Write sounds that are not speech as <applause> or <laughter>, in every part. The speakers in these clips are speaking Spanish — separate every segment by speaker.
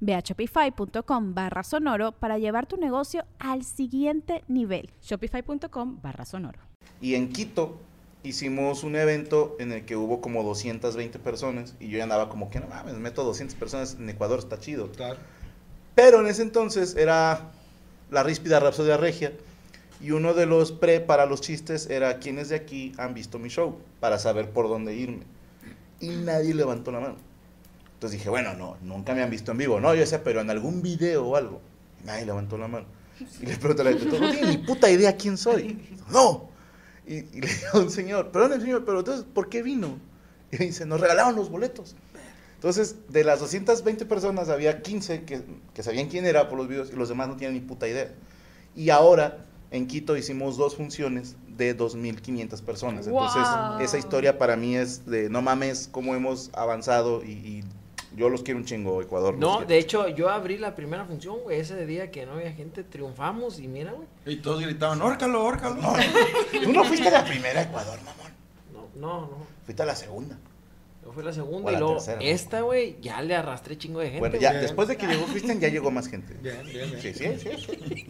Speaker 1: Ve a shopify.com barra sonoro para llevar tu negocio al siguiente nivel.
Speaker 2: Shopify.com barra sonoro.
Speaker 3: Y en Quito hicimos un evento en el que hubo como 220 personas y yo ya andaba como que no mames, meto 200 personas en Ecuador, está chido.
Speaker 4: Claro.
Speaker 3: Pero en ese entonces era la ríspida Rapsodia Regia y uno de los pre para los chistes era quiénes de aquí han visto mi show para saber por dónde irme. Y nadie levantó la mano. Entonces dije, bueno, no, nunca me han visto en vivo, ¿no? Yo decía, pero en algún video o algo. Y nadie levantó la mano. Y le pregunté a la gente, "¿Tú no tienes ni puta idea quién soy? ¡No! Y, y le digo a un señor, perdón, señor, pero entonces, ¿por qué vino? Y me dice, nos regalaron los boletos. Entonces, de las 220 personas, había 15 que, que sabían quién era por los videos y los demás no tienen ni puta idea. Y ahora, en Quito, hicimos dos funciones de 2.500 personas. Entonces,
Speaker 1: Wow.
Speaker 3: esa historia para mí es de, no mames, cómo hemos avanzado y, y yo los quiero un chingo, Ecuador. los
Speaker 5: No,
Speaker 3: quiero.
Speaker 5: de hecho, yo abrí la primera función, güey, ese día que no había gente, triunfamos y mira, güey.
Speaker 4: Y todos gritaban, órcalo, órcalo.
Speaker 3: <laughs> No, no, tú no fuiste la primera a Ecuador, mamón.
Speaker 5: No, no, no.
Speaker 3: Fuiste la segunda.
Speaker 5: Yo fui la
Speaker 3: O
Speaker 5: segunda
Speaker 3: la
Speaker 5: y luego
Speaker 3: tercera, ¿no?
Speaker 5: esta, güey, ya le arrastré chingo de gente.
Speaker 3: Bueno,
Speaker 5: güey.
Speaker 3: ya
Speaker 4: bien.
Speaker 3: después de
Speaker 6: <laughs>
Speaker 3: que llegó Cristian, ya llegó más gente.
Speaker 4: Bien, bien, bien.
Speaker 3: Sí, sí, sí, sí.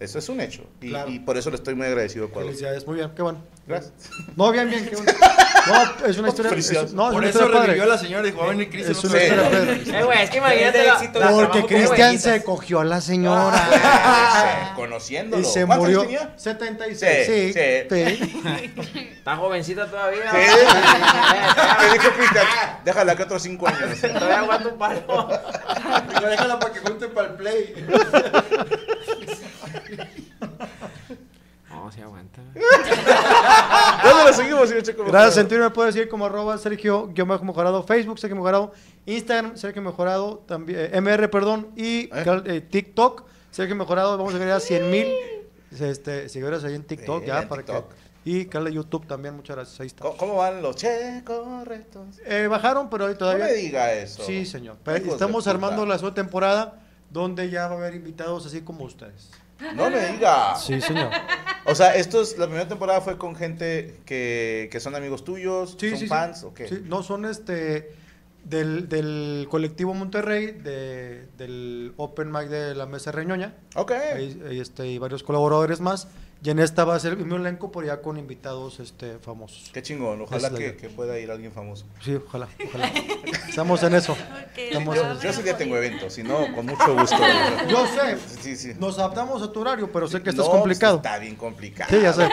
Speaker 3: Eso es un hecho. Y,
Speaker 4: Claro.
Speaker 3: y por eso le estoy muy agradecido a Ecuador.
Speaker 6: Felicidades, muy bien, qué bueno.
Speaker 3: Gracias.
Speaker 6: No, bien, bien, qué bueno. <laughs> No, es una historia.
Speaker 3: Felicidades.
Speaker 6: es- no, es
Speaker 4: Por
Speaker 6: una
Speaker 4: eso
Speaker 6: historia
Speaker 4: revivió a
Speaker 6: padre.
Speaker 4: la señora y dijo, va a venir Cristian
Speaker 6: Es
Speaker 4: otra
Speaker 6: una
Speaker 4: vez".
Speaker 6: historia padre.
Speaker 5: Eh, güey, es que imagínate. la-
Speaker 3: éxito.
Speaker 5: la
Speaker 6: Porque
Speaker 5: trabajo con
Speaker 6: Cristian se
Speaker 5: güeyitas.
Speaker 6: cogió a la
Speaker 3: Puede
Speaker 6: señora
Speaker 3: ser, Pues, eh, Conociéndolo.
Speaker 6: y se
Speaker 3: Ah, ¿Cuántos
Speaker 6: murió.
Speaker 3: años tenía?
Speaker 6: 76.
Speaker 3: Sí,
Speaker 6: Sí,
Speaker 3: sí.
Speaker 6: sí.
Speaker 5: Está jovencita todavía.
Speaker 3: Sí.
Speaker 5: güey.
Speaker 3: ¿Qué dijo Cristian? Déjala que otros cinco
Speaker 5: <laughs>
Speaker 3: años.
Speaker 5: Todavía aguanto un palo.
Speaker 4: Dijo, Déjala para que junte para el play.
Speaker 5: No, sí aguanta.
Speaker 3: <laughs>
Speaker 5: güey.
Speaker 3: ¿Dónde lo seguimos, señor Checo?
Speaker 6: Gracias, en Twitter me puedes seguir como arroba Sergio guión bajo Mejorado, Facebook Sergio Mejorado, Instagram Sergio Mejorado, también, eh, MR, perdón, y cal- eh, TikTok Sergio Mejorado. Vamos a llegar a 100 mil este, seguidores ahí en TikTok
Speaker 3: Sí,
Speaker 6: ya
Speaker 3: en
Speaker 6: para
Speaker 3: TikTok.
Speaker 6: que. Y canal de YouTube también, muchas gracias. Ahí está.
Speaker 3: ¿Cómo- ¿Cómo van los checos retos?
Speaker 6: Eh, bajaron, pero ahí
Speaker 3: No
Speaker 6: todavía.
Speaker 3: me diga eso.
Speaker 6: Sí, señor. Pero
Speaker 3: Hijos de
Speaker 6: estamos
Speaker 3: puta.
Speaker 6: armando la segunda temporada donde ya va a haber invitados así como ustedes.
Speaker 3: No me diga.
Speaker 6: Sí, señor.
Speaker 3: O sea, estos, la primera temporada fue con gente que, que son amigos tuyos,
Speaker 6: Sí,
Speaker 3: son
Speaker 6: sí, sí.
Speaker 3: fans, ¿o qué?
Speaker 6: Sí, no son este del, del colectivo Monterrey, de, del Open Mic de la Mesa Reñoña.
Speaker 3: Ok.
Speaker 6: Ahí, ahí, este, y varios colaboradores más. Y en esta va a ser un elenco por ya con invitados este, famosos.
Speaker 3: Qué chingón, ojalá
Speaker 6: Esa es la
Speaker 3: que,
Speaker 6: idea.
Speaker 3: que pueda ir alguien famoso.
Speaker 6: Sí, ojalá, ojalá. Estamos en
Speaker 3: <laughs>
Speaker 6: eso. Estamos en
Speaker 3: Yo
Speaker 6: eso.
Speaker 3: sí ya tengo eventos, si no, con mucho gusto.
Speaker 6: Yo sé,
Speaker 3: Sí, sí.
Speaker 6: nos adaptamos a tu horario, pero sé que esto
Speaker 3: No, pues,
Speaker 6: es complicado.
Speaker 3: Está bien complicado.
Speaker 6: Sí, ya sé.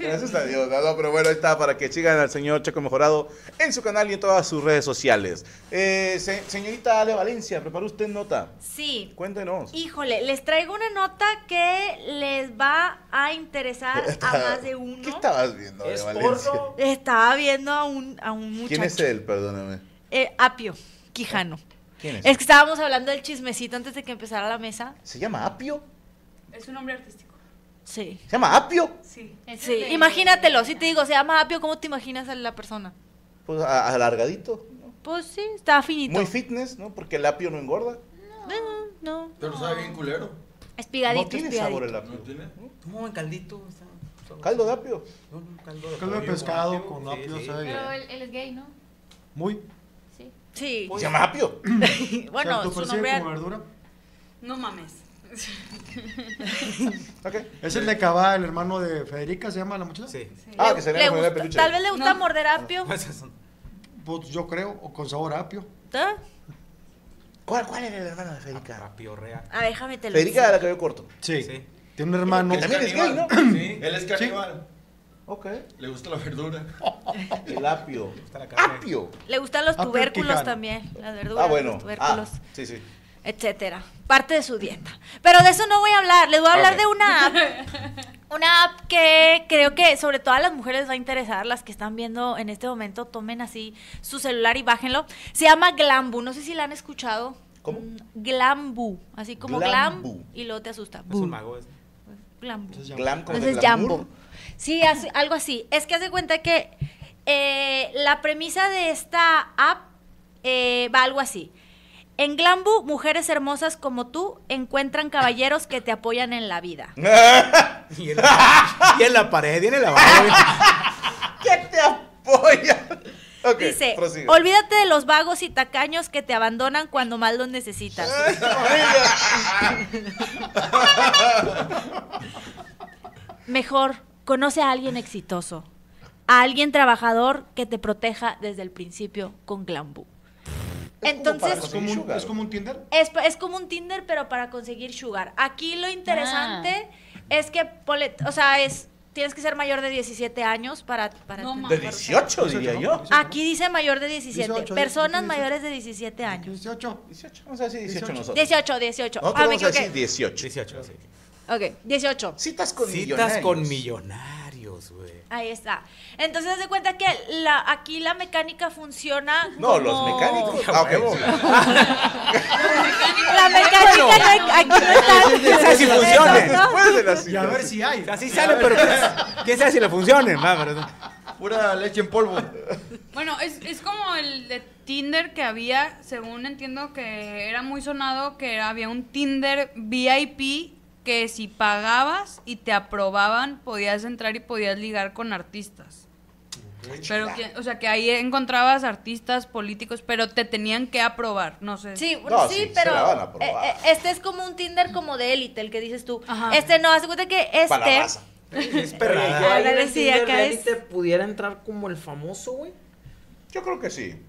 Speaker 3: Gracias a Dios. No, no, pero bueno, ahí está para que sigan al señor Checo Mejorado en su canal y en todas sus redes sociales. Eh, se- señorita Ale Valencia, ¿preparó usted nota?
Speaker 7: Sí.
Speaker 3: Cuéntenos.
Speaker 7: Híjole, les traigo una nota que les va a interesar a
Speaker 3: <laughs>
Speaker 7: más de uno.
Speaker 3: ¿Qué estabas viendo de
Speaker 5: Es
Speaker 3: Valencia?
Speaker 5: porno.
Speaker 7: Estaba viendo a un, a un muchacho.
Speaker 3: ¿Quién es él? Perdóname.
Speaker 7: Eh, Apio, Quijano.
Speaker 3: ¿Quién es?
Speaker 7: Es que estábamos hablando del chismecito antes de que empezara la mesa.
Speaker 3: ¿Se llama Apio?
Speaker 8: Es un hombre artístico.
Speaker 7: Sí.
Speaker 3: ¿Se llama Apio?
Speaker 8: Sí.
Speaker 7: Sí, imagínatelo. Si te digo, se llama Apio, ¿cómo te imaginas a la persona?
Speaker 3: Pues a- alargadito. ¿no?
Speaker 7: Pues sí, está finito.
Speaker 3: Muy fitness, ¿no? Porque el apio no engorda.
Speaker 7: No, no.
Speaker 4: Pero sabe bien culero.
Speaker 7: Espigadito,
Speaker 3: no tiene
Speaker 7: espigadito.
Speaker 3: sabor el
Speaker 4: ¿No
Speaker 3: apio.
Speaker 4: tiene?
Speaker 5: Como en caldito. o sea,
Speaker 3: Caldo de apio.
Speaker 5: no, no, caldo de
Speaker 6: Caldo de
Speaker 5: pollo,
Speaker 6: pescado
Speaker 5: guapo.
Speaker 6: con
Speaker 5: Sí,
Speaker 6: apio,
Speaker 5: sí.
Speaker 6: sabe bien.
Speaker 8: Pero él, él es gay, ¿no?
Speaker 6: Muy.
Speaker 8: Sí.
Speaker 7: Sí.
Speaker 3: Se llama apio.
Speaker 7: Mm. Bueno,
Speaker 6: ¿Tanto
Speaker 7: su
Speaker 6: percibe
Speaker 7: nombre
Speaker 6: como verdura?
Speaker 8: No mames.
Speaker 3: Ok.
Speaker 6: Es el de Cabá, el hermano de Federica, ¿se llama la muchacha?
Speaker 4: Sí.
Speaker 3: Ah,
Speaker 7: Le
Speaker 3: que se
Speaker 7: gusta-
Speaker 3: vea como de peluche.
Speaker 7: Tal vez le gusta
Speaker 8: No.
Speaker 7: morder apio.
Speaker 6: Pues yo creo, o con sabor a apio.
Speaker 7: ¿tá?
Speaker 3: ¿Cuál, ¿Cuál era el hermano de Federica?
Speaker 4: Rapiorrea.
Speaker 7: A ver, déjame Ah, te lo
Speaker 3: Federica
Speaker 7: digo.
Speaker 3: era la que veo corto.
Speaker 6: Sí. Tiene un hermano.
Speaker 3: Que también es gay, ¿no?
Speaker 4: Sí. Él es caníbal.
Speaker 3: Ok.
Speaker 4: Le gusta la verdura.
Speaker 3: El apio.
Speaker 9: Está la carne.
Speaker 3: ¡Apio!
Speaker 7: Le gustan los
Speaker 6: Ah, pero
Speaker 7: tubérculos
Speaker 6: Quijano.
Speaker 7: también, las verduras,
Speaker 3: Ah, bueno.
Speaker 7: los
Speaker 3: Ah,
Speaker 7: tubérculos,
Speaker 3: sí, sí.
Speaker 7: etcétera. Parte de su dieta. Pero de eso no voy a hablar, les voy a hablar
Speaker 3: Ok.
Speaker 7: de una app. Una app que creo que sobre todo a las mujeres va a interesar, las que están viendo en este momento, tomen así su celular y bájenlo. Se llama Glambu, no sé si la han escuchado.
Speaker 3: ¿Cómo?
Speaker 7: Mm, Glambu, así como
Speaker 3: Glambu.
Speaker 7: glam y luego te asusta.
Speaker 9: Es un mago. es-
Speaker 7: Glambu.
Speaker 3: Glam como de
Speaker 7: Entonces
Speaker 3: glamour. <laughs>
Speaker 7: Jambo. Sí, hace- algo así. Es que hace cuenta que eh, la premisa de esta app eh, va algo así. En Glambu, mujeres hermosas como tú encuentran caballeros que te apoyan en la vida.
Speaker 9: Y en la, y en la pared, y en el lavabo.
Speaker 3: <laughs> ¿Qué te apoya? Ok,
Speaker 7: Dice,
Speaker 3: prosigue. <laughs>
Speaker 7: olvídate de los vagos y tacaños que te abandonan cuando más los
Speaker 3: <laughs>
Speaker 7: necesitas. Mejor, conoce a alguien exitoso, a alguien trabajador que te proteja desde el principio con Glambu.
Speaker 3: Es como para
Speaker 7: Entonces,
Speaker 6: Es como un-
Speaker 3: Sugar.
Speaker 6: es como un Tinder.
Speaker 7: es, pa- es como un Tinder, pero para conseguir sugar. Aquí lo interesante es que, ponle- o sea, es, tienes que ser mayor de 17 años para... para
Speaker 8: No
Speaker 7: tener-
Speaker 3: De 18, diría yo.
Speaker 7: Aquí dice mayor de 17.
Speaker 6: 18,
Speaker 7: Personas
Speaker 6: 18.
Speaker 7: mayores de 17 años.
Speaker 6: 18.
Speaker 3: 18, vamos a decir 18 nosotros.
Speaker 7: 18, 18.
Speaker 3: Nosotros
Speaker 7: Ah, me
Speaker 3: vamos a decir
Speaker 7: equivoqué.
Speaker 3: 18.
Speaker 9: 18, sí.
Speaker 7: Ok, 18.
Speaker 3: Citas con
Speaker 9: Citas
Speaker 3: millonarios.
Speaker 9: con millonarios, güey.
Speaker 7: Ahí está. Entonces, haz de cuenta que la, aquí la mecánica funciona.
Speaker 3: No, los
Speaker 7: como-
Speaker 3: mecánicos. Ah, ok,
Speaker 9: huevo.
Speaker 3: sí.
Speaker 7: La mecánica no, aquí no está.
Speaker 9: Esa sí
Speaker 7: Eso,
Speaker 9: funciona.
Speaker 7: ¿no?
Speaker 3: <laughs> Después de las
Speaker 6: Y a ver
Speaker 3: citas.
Speaker 6: si hay.
Speaker 9: Así sale, pero pues, quién sabe si le funcionen. va, pero-
Speaker 4: Pura leche en polvo.
Speaker 8: Bueno, es, es como el de Tinder que había, según entiendo que era muy sonado, que había un Tinder VIP que si pagabas y te aprobaban, podías entrar y podías ligar con artistas. Pero que, o sea, que ahí encontrabas artistas políticos, pero te tenían que aprobar, no sé.
Speaker 7: Sí,
Speaker 3: No,
Speaker 7: sí,
Speaker 3: sí, se
Speaker 7: pero
Speaker 3: la van a probar.
Speaker 7: eh, eh, este es como un Tinder como de élite, el que dices tú.
Speaker 8: Ajá.
Speaker 7: Este no, haz de cuenta que
Speaker 3: Para la
Speaker 7: este
Speaker 3: raza.
Speaker 9: Es
Speaker 5: Pero
Speaker 9: perrada.
Speaker 7: Ah,
Speaker 5: ahí en
Speaker 7: ándale,
Speaker 5: el
Speaker 7: sí,
Speaker 5: Tinder
Speaker 7: acá
Speaker 5: de
Speaker 7: es.
Speaker 5: élite pudiera entrar como el famoso, güey.
Speaker 3: Yo creo que sí.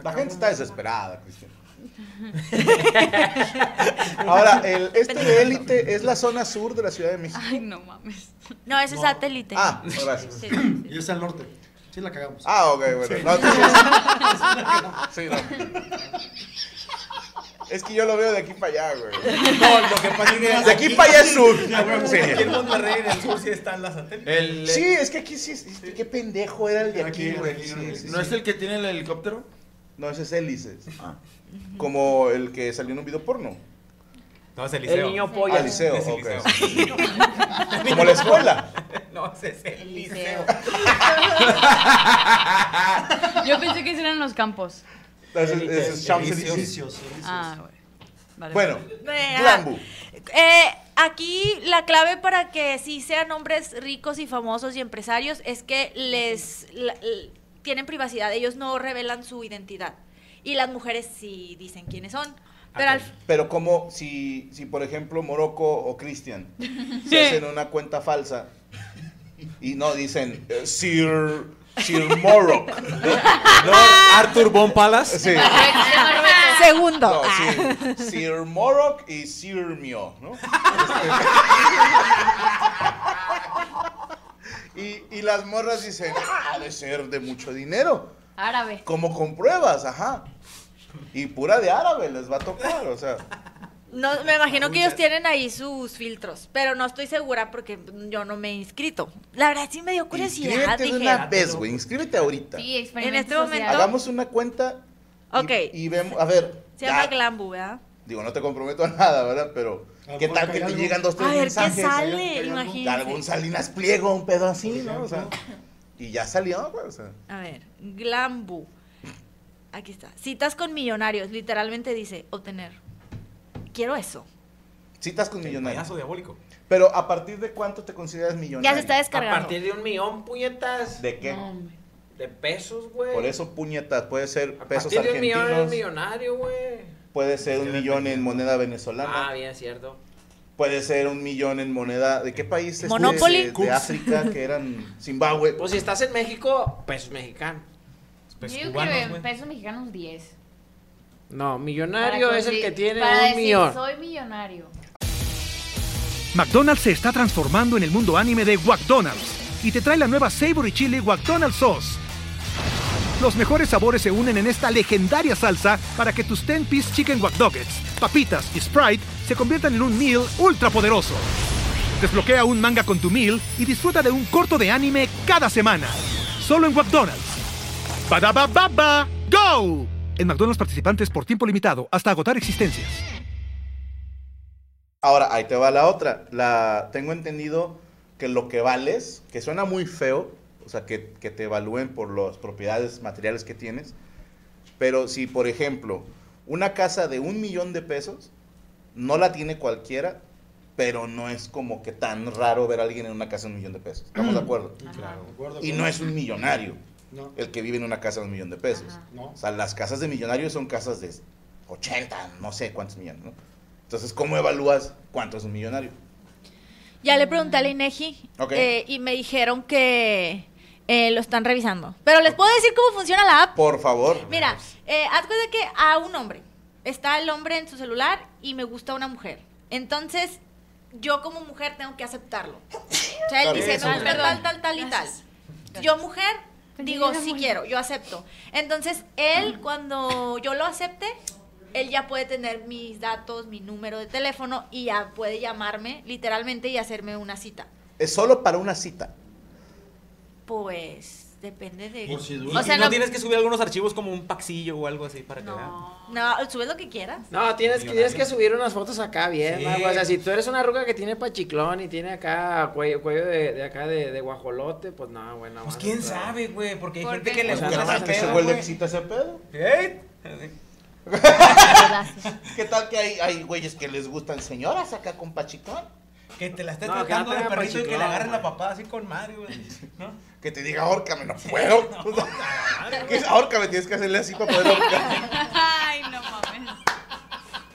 Speaker 3: La
Speaker 5: Acá no.
Speaker 3: gente está desesperada, Cristian. Ahora, el, este de élite es la zona sur de la Ciudad de México.
Speaker 8: Ay, no mames.
Speaker 7: no, ese es satélite.
Speaker 3: Ah, gracias.
Speaker 7: Sí.
Speaker 3: <laughs>
Speaker 6: Y es al norte. Sí, la cagamos.
Speaker 3: Ah, ok, bueno. No, entonces- Sí, no. Es que yo lo veo de aquí para allá, güey.
Speaker 9: No, lo que pasa es que
Speaker 3: De aquí para allá es sur. Sí.
Speaker 9: Aquí en Monterrey, en el sur, sí están las satélites.
Speaker 4: El,
Speaker 3: Sí, es que aquí sí, es- este, qué pendejo era el de
Speaker 6: Aquí,
Speaker 3: aquí, güey.
Speaker 6: aquí,
Speaker 3: Sí,
Speaker 6: no,
Speaker 3: sí,
Speaker 4: ¿No este
Speaker 3: sí.
Speaker 4: es el que tiene el helicóptero?
Speaker 3: No, ese es hélices.
Speaker 9: Ah.
Speaker 3: Como el que salió en un video porno.
Speaker 9: No, es el liceo.
Speaker 5: El niño
Speaker 3: Ah,
Speaker 5: polla.
Speaker 3: liceo,
Speaker 9: Es el
Speaker 3: ok.
Speaker 9: liceo.
Speaker 3: Como la escuela.
Speaker 9: No, ese es el liceo.
Speaker 8: <laughs> Yo pensé que eran los campos.
Speaker 3: Entonces, ese es Champs-Élysées.
Speaker 6: Delicios.
Speaker 8: Ah, güey. Vale.
Speaker 3: Bueno,
Speaker 7: Ve,
Speaker 3: Glambu.
Speaker 7: Eh, aquí la clave para que sí sean hombres ricos y famosos y empresarios es que les la- l- tienen privacidad, ellos no revelan su identidad. Y las mujeres sí dicen quiénes son. Pero al-
Speaker 3: Pero como si, si por ejemplo, Morocco o Cristian se hacen una cuenta falsa y no dicen eh, Sir, Sir Morocco.
Speaker 9: Arthur Von Palace.
Speaker 3: Sí.
Speaker 1: Segundo.
Speaker 3: No, sí. Sir Morok y Sir Mio, ¿no? Este- y, y las morras dicen, "Ah, ha de ser de mucho dinero.
Speaker 8: Árabe.
Speaker 3: Como compruebas, ajá. Y pura de árabe les va a tocar, o sea.
Speaker 7: no,
Speaker 3: Ah,
Speaker 7: me imagino que ellos tienen ahí sus filtros, pero no estoy segura porque yo no me he inscrito. La verdad sí me dio curiosidad.
Speaker 3: Inscríbete de
Speaker 7: Dije, "Ah, pues,
Speaker 3: una vez, güey. Inscríbete ahorita.
Speaker 8: Sí,
Speaker 7: En este momento-
Speaker 3: Hagamos una cuenta. y-
Speaker 7: Ok.
Speaker 3: Y, vemos, a ver.
Speaker 7: se llama
Speaker 3: ya-
Speaker 7: Glambu, ¿verdad?
Speaker 3: Digo, no te comprometo a nada, ¿verdad? Pero,
Speaker 6: Ah,
Speaker 3: ¿qué
Speaker 6: porque
Speaker 3: tal que
Speaker 6: hay
Speaker 3: te
Speaker 6: algo.
Speaker 3: llegan dos, tres
Speaker 7: A ver qué
Speaker 3: mensajes?
Speaker 7: sale,
Speaker 3: Hay algo-
Speaker 7: imagínense.
Speaker 3: Algún Salinas Pliego, un pedo así, ¿no? O sea, y ya salió, güey, o sea.
Speaker 7: A ver, Glambu. Aquí está. Citas con millonarios, literalmente dice obtener. Quiero eso.
Speaker 3: Citas con
Speaker 9: El payaso
Speaker 3: millonarios.
Speaker 9: diabólico.
Speaker 3: Pero, ¿a partir de cuánto te consideras millonario?
Speaker 7: Ya se está
Speaker 5: A
Speaker 7: descargando.
Speaker 5: partir de un millón, puñetas.
Speaker 3: ¿De qué?
Speaker 5: De pesos, güey.
Speaker 3: Por eso, puñetas, puede ser
Speaker 5: A
Speaker 3: pesos
Speaker 5: partir de un millón eres
Speaker 3: argentinos,
Speaker 5: millonario, güey.
Speaker 3: puede ser un millón en moneda venezolana,
Speaker 5: Ah, bien, cierto.
Speaker 3: puede ser un millón en moneda... ¿De qué país? este,
Speaker 7: Monopoly.
Speaker 3: de- De, África, que eran Zimbabue.
Speaker 5: Pues si estás en México, pesos mexicanos.
Speaker 9: Pues
Speaker 8: Yo digo
Speaker 9: cubanos,
Speaker 8: que
Speaker 9: güey.
Speaker 8: pesos mexicanos 10.
Speaker 5: No, millonario es el que tiene
Speaker 8: para
Speaker 5: un
Speaker 8: decir,
Speaker 5: millón.
Speaker 8: Soy millonario.
Speaker 10: McDonald's se está transformando en el mundo anime de McDonald's y te trae la nueva Savory Chili McDonald's Sauce. Los mejores sabores se unen en esta legendaria salsa para que tus 10-piece chicken wack doggets, papitas y Sprite se conviertan en un meal ultra poderoso. Desbloquea un manga con tu meal y disfruta de un corto de anime cada semana. Solo en McDonald's. Badaba baba go. En McDonald's participantes por tiempo limitado hasta agotar existencias.
Speaker 3: Ahora, ahí te va la otra. La, tengo entendido que lo que vales, que suena muy feo, o sea, que, que te evalúen por las propiedades materiales que tienes, pero si, por ejemplo, una casa de un millón de pesos, no la tiene cualquiera, pero no es como que tan raro ver a alguien en una casa de un millón de pesos. ¿Estamos de acuerdo? Y no es un millonario
Speaker 6: No.
Speaker 3: el que vive en una casa de un millón de pesos.
Speaker 6: No.
Speaker 3: O sea, las casas de millonarios son casas de 80, no sé cuántos millones, ¿no? Entonces, ¿cómo evalúas cuánto es un millonario?
Speaker 7: Ya le pregunté al INEGI
Speaker 3: Ok.
Speaker 7: eh, y me dijeron que eh, lo están revisando. Pero les puedo decir cómo funciona la app.
Speaker 3: Por favor.
Speaker 7: Mira, eh, haz cuenta que a un hombre está el hombre en su celular y me gusta una mujer. Entonces, yo como mujer tengo que aceptarlo. O sea, él
Speaker 3: Claro,
Speaker 7: dice,
Speaker 3: eso,
Speaker 7: no, mujer
Speaker 8: perdón.
Speaker 7: tal, tal, tal y tal.
Speaker 8: Gracias. Pues
Speaker 7: Yo mujer digo,
Speaker 8: Señora,
Speaker 7: sí
Speaker 8: muy-
Speaker 7: quiero, yo acepto. Entonces, él cuando yo lo acepte, él ya puede tener mis datos, mi número de teléfono y ya puede llamarme literalmente y hacerme una cita.
Speaker 3: Es solo para una cita.
Speaker 7: Pues depende de...
Speaker 4: Por si
Speaker 9: Y-
Speaker 4: duda.
Speaker 7: o sea,
Speaker 9: y no,
Speaker 7: no,
Speaker 9: tienes que subir algunos archivos como un paxillo o algo así para que vean.
Speaker 7: no, subes lo que quieras.
Speaker 5: No, tienes que, tienes que subir unas fotos acá bien,
Speaker 9: Sí.
Speaker 5: ¿no? O sea, si tú eres una ruca que tiene pachiclón y tiene acá cuello, cuello de, de acá de, de guajolote, pues no, bueno.
Speaker 9: Pues quién sabe, güey, porque hay
Speaker 8: ¿Por
Speaker 9: gente
Speaker 8: qué?
Speaker 9: que le
Speaker 5: Pues,
Speaker 9: gusta
Speaker 5: nada más
Speaker 9: ese
Speaker 5: que se
Speaker 9: pedo,
Speaker 3: vuelve
Speaker 9: güey.
Speaker 3: excita ese pedo.
Speaker 9: Ey.
Speaker 1: Gracias.
Speaker 3: ¿Qué tal que hay, hay güeyes que les gustan señoras acá con pachicón?
Speaker 9: Que te la esté
Speaker 5: No, que
Speaker 9: tratando
Speaker 5: no
Speaker 9: de
Speaker 5: tenga
Speaker 9: perrito y que le
Speaker 5: pachiclón,
Speaker 9: agarren la
Speaker 5: güey.
Speaker 9: papada así con madre, güey. ¿No?
Speaker 3: Que te diga, ahórcame, no
Speaker 9: <laughs>
Speaker 3: puedo. <laughs> que es ahórcame, tienes que hacerle así para poder ahorcar. <laughs>
Speaker 8: Ay, no mames.
Speaker 5: <laughs>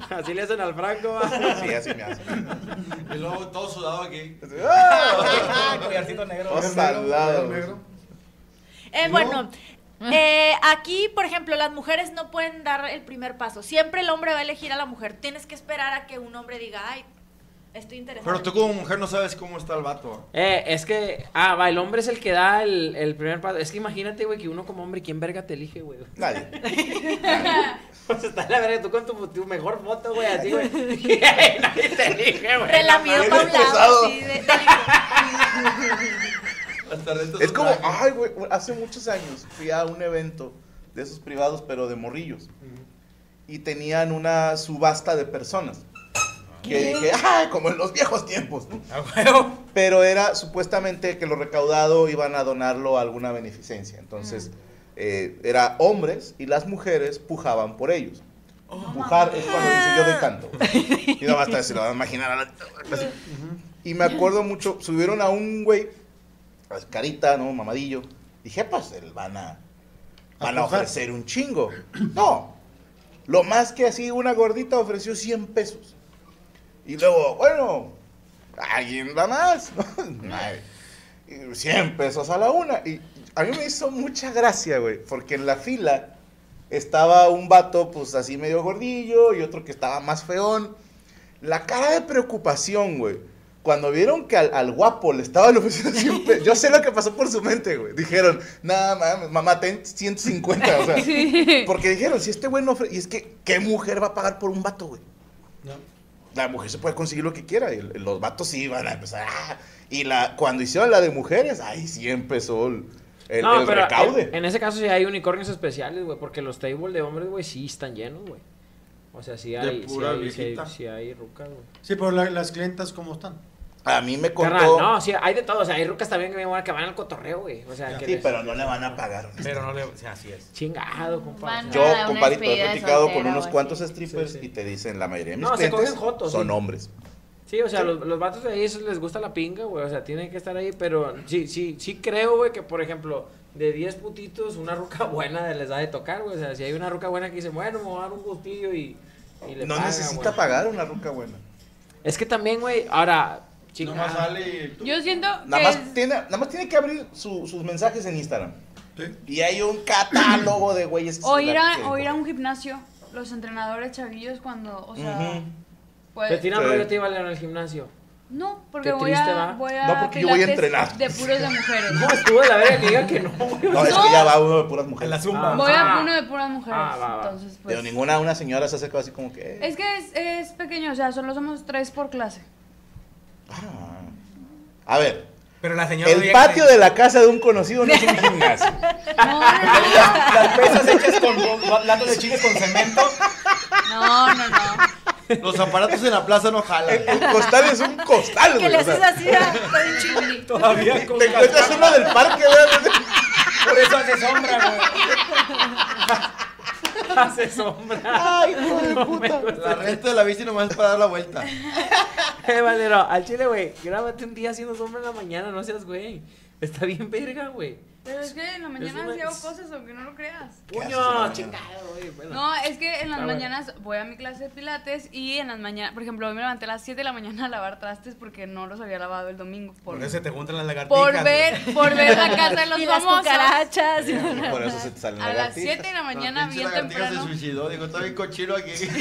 Speaker 5: Así le hacen al Franco.
Speaker 3: <laughs>
Speaker 5: ¿va?
Speaker 3: Sí, así me hace. <laughs>
Speaker 4: Y luego todo sudado aquí.
Speaker 3: ¡Ah!
Speaker 9: <laughs> Collarcito negro.
Speaker 3: Todo saldado.
Speaker 6: negro.
Speaker 7: Eh, Bueno,
Speaker 9: Ah.
Speaker 7: eh, aquí, por ejemplo, las mujeres no pueden dar el primer paso. Siempre el hombre va a elegir a la mujer. Tienes que esperar a que un hombre diga, ay, estoy interesado.
Speaker 4: Pero tú como mujer no sabes cómo está el vato.
Speaker 5: Eh, es que, ah, va, el hombre es el que da el, el primer paso. Es que imagínate, güey, que uno como hombre, ¿quién verga te elige, güey? <laughs>
Speaker 3: Nadie.
Speaker 5: Pues está la verga, tú con tu, tu mejor foto, güey, así, güey. <laughs> Nadie te elige, güey.
Speaker 7: Relamido
Speaker 3: Bien
Speaker 7: pa' un lado,
Speaker 3: estresado.
Speaker 7: así, de-
Speaker 9: <laughs>
Speaker 7: de-
Speaker 4: Hasta resto
Speaker 3: Es
Speaker 4: su
Speaker 3: como,
Speaker 4: traje.
Speaker 3: ay, güey, hace muchos años fui a un evento de esos privados, pero de morrillos. Y tenían una subasta de personas. Que dije, ay, como en los viejos tiempos. ¿no?
Speaker 9: Ah. <laughs> A huevo.
Speaker 3: Pero era supuestamente que lo recaudado iban a donarlo a alguna beneficencia. Entonces, eh, era hombres y las mujeres pujaban por ellos. Pujar es cuando dice yo doy tanto. Y no basta, se lo van a imaginar. a la- así. Y me acuerdo mucho, subieron a un güey, pues, carita, ¿no? Mamadillo. Dije, pues, él van a, van a
Speaker 6: pujar.
Speaker 3: ofrecer un chingo. No. Lo más que así, una gordita ofreció 100 pesos. Y luego, bueno, alguien da más. <laughs> Nadie. Y 100 pesos a la una. Y a mí me hizo mucha gracia, güey, porque en la fila estaba un vato, pues así medio gordillo, y otro que estaba más feón. La cara de preocupación, güey. Cuando vieron que al, al guapo le estaba ofreciendo
Speaker 5: <laughs>
Speaker 3: 100 pesos, yo sé lo que pasó por su mente, güey. Dijeron, nada, mames, mamá, ten 150,
Speaker 5: <laughs>
Speaker 3: o sea. Porque dijeron, si este güey no ofrece, y es que, ¿qué mujer va a pagar por un vato, güey? La mujer se puede conseguir lo que quiera, y los vatos sí van a empezar. "Ah". Y la, cuando hicieron la de mujeres, ahí sí empezó el, el- el recaude.
Speaker 5: En, en ese caso sí hay unicornios especiales, güey, porque los tables de hombres, güey, sí están llenos, güey. O sea, sí
Speaker 4: De
Speaker 5: hay, sí
Speaker 4: pura
Speaker 5: hay, sí hay,
Speaker 4: viejita.
Speaker 5: sí hay rucas, güey.
Speaker 6: Sí, pero la- las clientas, ¿cómo están?
Speaker 3: A mí me contó.
Speaker 5: Carnal, no, sí, hay de todo. O sea, hay rucas también que, me van- que van al cotorreo, güey. O sea, que
Speaker 3: sí,
Speaker 5: les-
Speaker 3: pero no le van a pagar.
Speaker 9: Pero no le. o sea, así es.
Speaker 5: Chingado, compadre.
Speaker 3: Yo,
Speaker 1: Nada, una
Speaker 3: compadito, he
Speaker 1: despedida de
Speaker 3: platicado con
Speaker 1: soltero
Speaker 3: unos
Speaker 1: o
Speaker 3: cuantos
Speaker 1: así.
Speaker 3: strippers
Speaker 5: Sí, sí.
Speaker 3: y te dicen la mayoría de mis
Speaker 5: No, se
Speaker 3: clientes
Speaker 5: cogen jotos,
Speaker 3: son
Speaker 5: sí.
Speaker 3: hombres.
Speaker 5: Sí, o sea, los, los vatos de ahí eso les gusta la pinga, güey. O sea, tienen que estar ahí, pero sí, sí, sí creo, güey, que por ejemplo, de 10 putitos, una ruca <laughs> buena les da de tocar, güey. O sea, si hay una ruca buena que dice, bueno, me voy a dar un gustillo y, y le
Speaker 3: No
Speaker 5: paga,
Speaker 3: necesita
Speaker 5: güey.
Speaker 3: pagar una ruca buena.
Speaker 5: Es que también, güey, ahora, chingado.
Speaker 4: Nomás sale y tú.
Speaker 8: Yo siento que
Speaker 3: Nada más,
Speaker 8: es-
Speaker 3: tiene, nada más tiene que abrir su- sus mensajes en Instagram.
Speaker 6: Sí.
Speaker 3: Y hay un catálogo de güeyes que se
Speaker 8: o ir,
Speaker 3: la-
Speaker 8: a,
Speaker 3: que-
Speaker 8: o ir a un gimnasio, los entrenadores chavillos cuando, o sea,
Speaker 3: Ujú.
Speaker 8: pues,
Speaker 5: Te tiran
Speaker 3: Sí.
Speaker 5: rollo, te iban en el gimnasio.
Speaker 8: No, porque
Speaker 5: Qué
Speaker 8: voy
Speaker 5: triste,
Speaker 8: a,
Speaker 5: ¿va?
Speaker 8: voy a.
Speaker 3: No, porque yo voy a
Speaker 8: pilates
Speaker 3: entrenar.
Speaker 8: De puros de mujeres.
Speaker 5: No, estuvo de la verga que diga que no, güey.
Speaker 3: No, es que ya va uno de puras mujeres.
Speaker 9: En la zumba.
Speaker 8: Voy
Speaker 5: Ah.
Speaker 8: a uno de puras mujeres.
Speaker 5: Ah, va, va.
Speaker 8: Entonces,
Speaker 3: Pero
Speaker 8: pues.
Speaker 3: ninguna una señora se acerca así como que. "Eh".
Speaker 8: Es que es, es pequeño, o sea, solo somos tres por clase.
Speaker 3: "Ah". A ver,
Speaker 9: Pero la señora.
Speaker 3: el
Speaker 9: veía
Speaker 3: patio
Speaker 9: que-
Speaker 3: de la casa de un conocido no es un
Speaker 9: <laughs>
Speaker 3: gimnasio.
Speaker 8: No, no,
Speaker 9: Las pesas hechas con con latas de chiles con cemento.
Speaker 8: no, no, no. no.
Speaker 4: Los aparatos en la plaza no
Speaker 3: El,
Speaker 6: <laughs>
Speaker 4: jalan.
Speaker 3: el costal es un costal,
Speaker 7: Que
Speaker 3: güey.
Speaker 7: le
Speaker 3: o sea,
Speaker 7: haces así a a un chingui.
Speaker 5: <laughs> Todavía con
Speaker 3: te encuentras uno del parque, güey.
Speaker 9: Por eso hace sombra, güey.
Speaker 5: hace sombra. <laughs>
Speaker 6: Ay, hijo de puta.
Speaker 4: La renta de la bici nomás es para dar la vuelta.
Speaker 5: Eh, Valero, al chile, güey, grábate un día haciendo sombra en la mañana, no seas güey. Está bien verga, güey.
Speaker 8: Pero es que en la mañana
Speaker 5: una-
Speaker 8: sí hago cosas, aunque no lo creas.
Speaker 3: ¿Qué haces en la
Speaker 5: Puño,
Speaker 3: mañana?
Speaker 5: chingado, güey. Bueno.
Speaker 8: No, es que en las
Speaker 5: Ah, bueno.
Speaker 8: mañanas voy a mi clase de pilates y en las mañanas, por ejemplo, hoy me levanté a las 7 de la mañana a lavar trastes porque no los había lavado el domingo. Por,
Speaker 9: Por eso se te juntan las lagartijas.
Speaker 8: por <laughs> ver, por ver la
Speaker 7: <laughs>
Speaker 8: casa de los
Speaker 7: Y las
Speaker 8: famosos.
Speaker 7: cucarachas.
Speaker 3: Por eso se te salen
Speaker 8: a las
Speaker 3: lagartijas.
Speaker 8: 7 de la mañana,
Speaker 4: Pinche
Speaker 8: bien
Speaker 4: lagartija
Speaker 8: temprano.
Speaker 4: se suicidó. Digo, está bien cochino aquí. <laughs>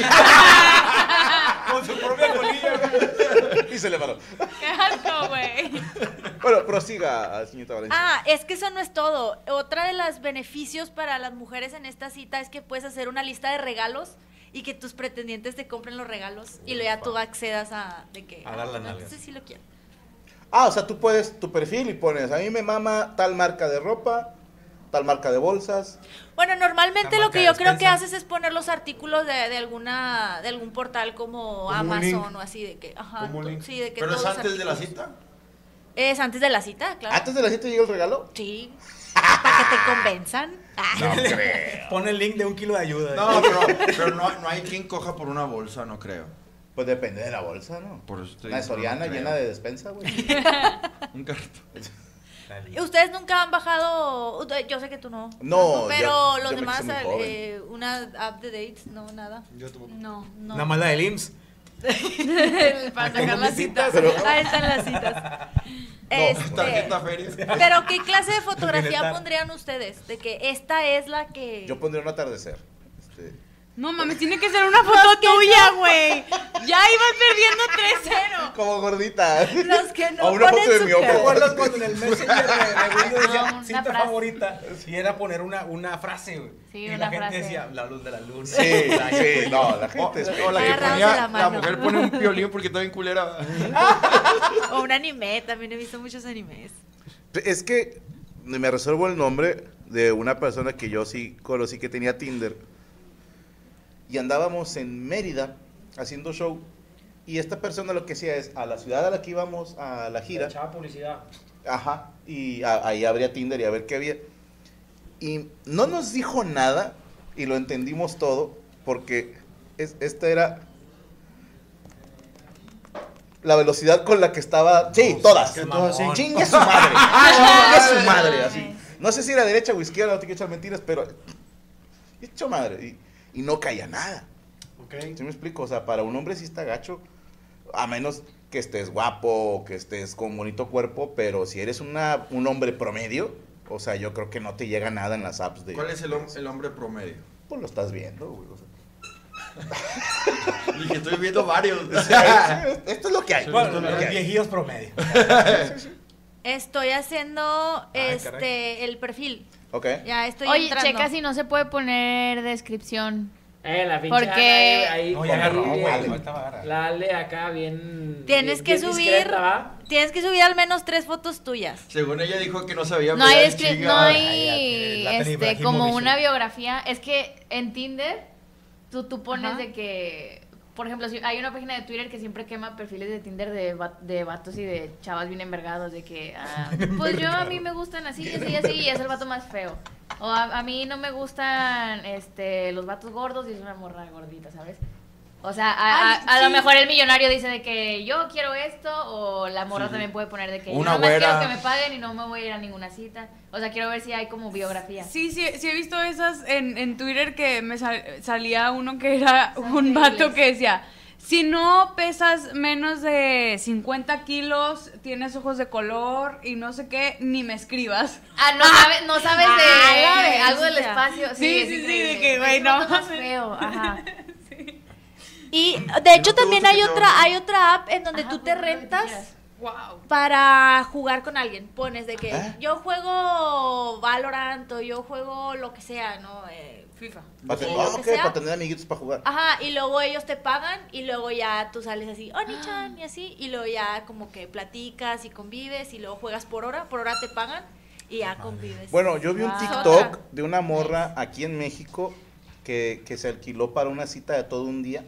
Speaker 9: Con su propia colilla, güey.
Speaker 3: <laughs> Y se le paró.
Speaker 8: <laughs> ¡Qué alto, güey!
Speaker 3: Bueno, prosiga, señorita Valencia.
Speaker 7: Ah, es que eso no es todo. Otra de los beneficios para las mujeres en esta cita es que puedes hacer una lista de regalos y que tus pretendientes te compren los regalos y luego ya tú accedas a de que
Speaker 9: A dar la
Speaker 7: ah, no,
Speaker 9: nalga.
Speaker 7: entonces sí lo quiero.
Speaker 3: Ah, o sea, tú puedes tu perfil y pones, a mí me mama tal marca de ropa, tal marca de bolsas.
Speaker 7: Bueno, normalmente
Speaker 9: La
Speaker 7: lo que yo
Speaker 9: marca
Speaker 7: creo que
Speaker 9: despensa.
Speaker 7: haces es poner los artículos de, de alguna de algún portal como,
Speaker 6: un
Speaker 7: Amazon
Speaker 6: link.
Speaker 7: o así de que, ajá,
Speaker 6: Como un
Speaker 7: to-
Speaker 6: link.
Speaker 7: sí, de que
Speaker 4: Pero es
Speaker 7: todos los
Speaker 4: antes de la
Speaker 7: artículos.
Speaker 4: cita. Ah,
Speaker 7: Es antes de la cita, claro.
Speaker 3: Antes de las 7 llega el regalo.
Speaker 7: Sí. Para que te convenzan. Ah.
Speaker 9: Pon el link de un kilo de ayuda.
Speaker 4: No, pero, pero no, no hay quien coja por una bolsa, no creo.
Speaker 3: Pues depende de la bolsa, ¿no?
Speaker 4: Por eso te
Speaker 3: Una de
Speaker 4: digo,
Speaker 3: Soriana
Speaker 4: no creo.
Speaker 3: llena de despensa, güey.
Speaker 7: <laughs>
Speaker 4: Un carrito.
Speaker 7: <laughs> Ustedes nunca han bajado, yo sé que tú no.
Speaker 3: No,
Speaker 7: pero
Speaker 3: yo-
Speaker 7: los
Speaker 3: yo me
Speaker 7: demás,
Speaker 3: quise muy joven.
Speaker 7: eh, una app de dates, no, nada.
Speaker 9: Yo tampoco.
Speaker 8: No.
Speaker 7: No.
Speaker 9: Nada
Speaker 7: <laughs>
Speaker 9: más la del IMSS.
Speaker 8: Para sacar las citas.
Speaker 3: Pero-
Speaker 7: Ahí están las citas. Este,
Speaker 4: pues, Tarjeta feria.
Speaker 7: pero ¿qué clase de fotografía
Speaker 9: Bienestar.
Speaker 7: pondrían ustedes? De que esta es la que...
Speaker 3: Yo pondría un atardecer. Este,
Speaker 8: No mames, tiene que ser una foto tuya, güey. Ya ibas perdiendo 3-0.
Speaker 3: como gordita.
Speaker 7: Los que no
Speaker 3: O una
Speaker 7: ponen
Speaker 3: foto de
Speaker 7: su
Speaker 3: mi ojo.
Speaker 9: ¿Te
Speaker 7: cara.
Speaker 9: acuerdas cuando en el Messenger de,
Speaker 5: <laughs>
Speaker 9: de Windows
Speaker 8: No,
Speaker 9: decía
Speaker 8: Ah, una
Speaker 9: cita
Speaker 8: frase.
Speaker 9: favorita? Y era poner una, una frase, güey.
Speaker 8: Sí,
Speaker 9: y
Speaker 8: una
Speaker 9: la gente
Speaker 8: frase.
Speaker 9: decía, la luz de <laughs> la luna.
Speaker 3: Sí, sí, no, <laughs> la
Speaker 4: O,
Speaker 3: gente es
Speaker 4: o la que
Speaker 7: Agarrados de
Speaker 4: ponía,
Speaker 7: la
Speaker 4: la,
Speaker 7: mano.
Speaker 4: mujer pone un piolín porque está bien culera.
Speaker 7: O un anime, también he visto muchos animes.
Speaker 3: Es que me resuelvo el nombre de una persona que yo sí conocí que tenía Tinder. Y andábamos en Mérida haciendo show. Y esta persona lo que hacía es a la ciudad a la que íbamos a la gira.
Speaker 5: Echaba publicidad.
Speaker 3: Ajá. Y a- ahí abría Tinder y a ver qué había. Y no nos dijo nada y lo entendimos todo porque es- esta era la velocidad con la que estaba. Sí, todas.
Speaker 9: qué mamón.
Speaker 3: Sí, Chingue su <laughs> madre. Chingue su madre. Así. No sé si era derecha o izquierda, no te quiero echar mentiras, pero. Hecho madre. Y, y no caía nada.
Speaker 6: Ok.
Speaker 3: ¿Sí me explico? O sea, para un hombre sí está gacho, a menos que estés guapo, que estés con bonito cuerpo, pero si eres una, un hombre promedio, o sea, yo creo que no te llega nada en las apps de...
Speaker 4: ¿Cuál es el, hom- el hombre promedio?
Speaker 3: Pues lo estás viendo, güey. o <laughs> sea.
Speaker 4: Dije, estoy viendo <laughs> varios.
Speaker 3: esto es lo que hay. esto
Speaker 9: Bueno,
Speaker 3: es lo
Speaker 9: los
Speaker 3: que hay.
Speaker 9: viejillos promedio.
Speaker 7: Estoy haciendo este el perfil.
Speaker 3: Ok.
Speaker 7: Ya estoy
Speaker 11: Oye,
Speaker 7: entrando.
Speaker 11: checa si no se puede poner descripción.
Speaker 5: Eh, la pinche.
Speaker 11: Porque-
Speaker 5: Ana, eh, Ahí,
Speaker 9: No, ya
Speaker 5: ahí,
Speaker 9: agarró,
Speaker 5: bien.
Speaker 9: güey. Ahorita va a agarrar.
Speaker 5: La Ale acá bien.
Speaker 7: Tienes
Speaker 5: bien-
Speaker 7: que
Speaker 5: bien
Speaker 7: subir.
Speaker 5: discreta, ¿va?
Speaker 7: Tienes que subir al menos tres fotos tuyas.
Speaker 4: Según ella dijo que no sabía
Speaker 11: No hay,
Speaker 4: pelear,
Speaker 11: descri-
Speaker 4: chinga.
Speaker 11: no
Speaker 9: Ay,
Speaker 11: hay
Speaker 9: ya, Zlatan
Speaker 11: este,
Speaker 9: Ibrahimovic.
Speaker 11: como una biografía. Es que en Tinder tú, tú pones
Speaker 8: Ajá.
Speaker 11: de que, por ejemplo, si hay una página de Twitter que siempre quema perfiles de Tinder de, va- de vatos y de chavas bien envergados, de que, ah, pues yo a mí me gustan así y así y así y es el vato más feo. O a, a mí no me gustan este, los vatos gordos y es una morra gordita, ¿sabes? O sea, a,
Speaker 8: Ay,
Speaker 11: a- a lo
Speaker 8: sí.
Speaker 11: mejor el millonario dice de que yo quiero esto o la morra
Speaker 4: Sí, sí.
Speaker 11: también puede poner de que
Speaker 4: Una
Speaker 11: yo nomás quiero
Speaker 4: güera.
Speaker 11: que me paguen y no me voy a ir a ninguna cita. O sea, quiero ver si hay como biografía.
Speaker 8: Sí, sí, sí he visto esas en, en Twitter que me sal- salía uno que era un vato que decía, si no pesas menos de 50 kilos, tienes ojos de color y no sé qué, ni me escribas.
Speaker 11: Ah, no, sabe- <laughs> no sabes de
Speaker 8: Ah, la
Speaker 11: algo del
Speaker 8: bestia.
Speaker 11: espacio. Sí,
Speaker 8: Sí,
Speaker 11: es
Speaker 8: sí, sí,
Speaker 11: increíble.
Speaker 8: de que,
Speaker 11: <laughs>
Speaker 8: güey,
Speaker 11: Es un
Speaker 8: no
Speaker 11: vato más
Speaker 8: mames.
Speaker 11: feo, ajá.
Speaker 7: Y de hecho también hay otra, hay otra app en donde
Speaker 11: pues,
Speaker 7: tú te rentas para jugar con alguien. Pones de que
Speaker 3: ¿Eh?
Speaker 7: yo juego Valorant o yo juego lo que sea, ¿no? Eh, FIFA.
Speaker 3: Para,
Speaker 7: Sí,
Speaker 3: ten-
Speaker 7: lo
Speaker 3: ah,
Speaker 7: que
Speaker 3: ok,
Speaker 7: sea.
Speaker 3: para tener amiguitos para jugar.
Speaker 7: Ajá, y luego ellos te pagan y luego ya tú sales así, Oni-chan, y así, y luego ya como que platicas y convives y luego juegas por hora, por hora te pagan y ya convives.
Speaker 3: Bueno, yo vi un
Speaker 7: Wow.
Speaker 3: TikTok de una morra aquí en México que, que se alquiló para una cita de todo un día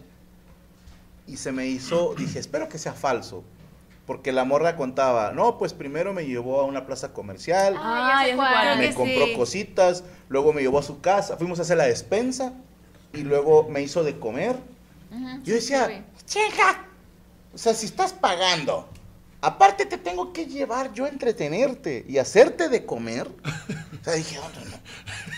Speaker 3: y se me hizo, dije, espero que sea falso, porque la morra contaba, no, pues primero me llevó a una plaza comercial,
Speaker 11: Ah, ya sé
Speaker 7: cuál.
Speaker 11: cuál.
Speaker 3: me compró cositas, luego me llevó a su casa, fuimos a hacer la despensa y luego me hizo de comer.
Speaker 11: Ujú,
Speaker 3: Yo decía,
Speaker 11: sí,
Speaker 3: Checa. O sea, si estás pagando, aparte te tengo que llevar yo a entretenerte y hacerte de comer. O sea, dije, "Oh, no, no".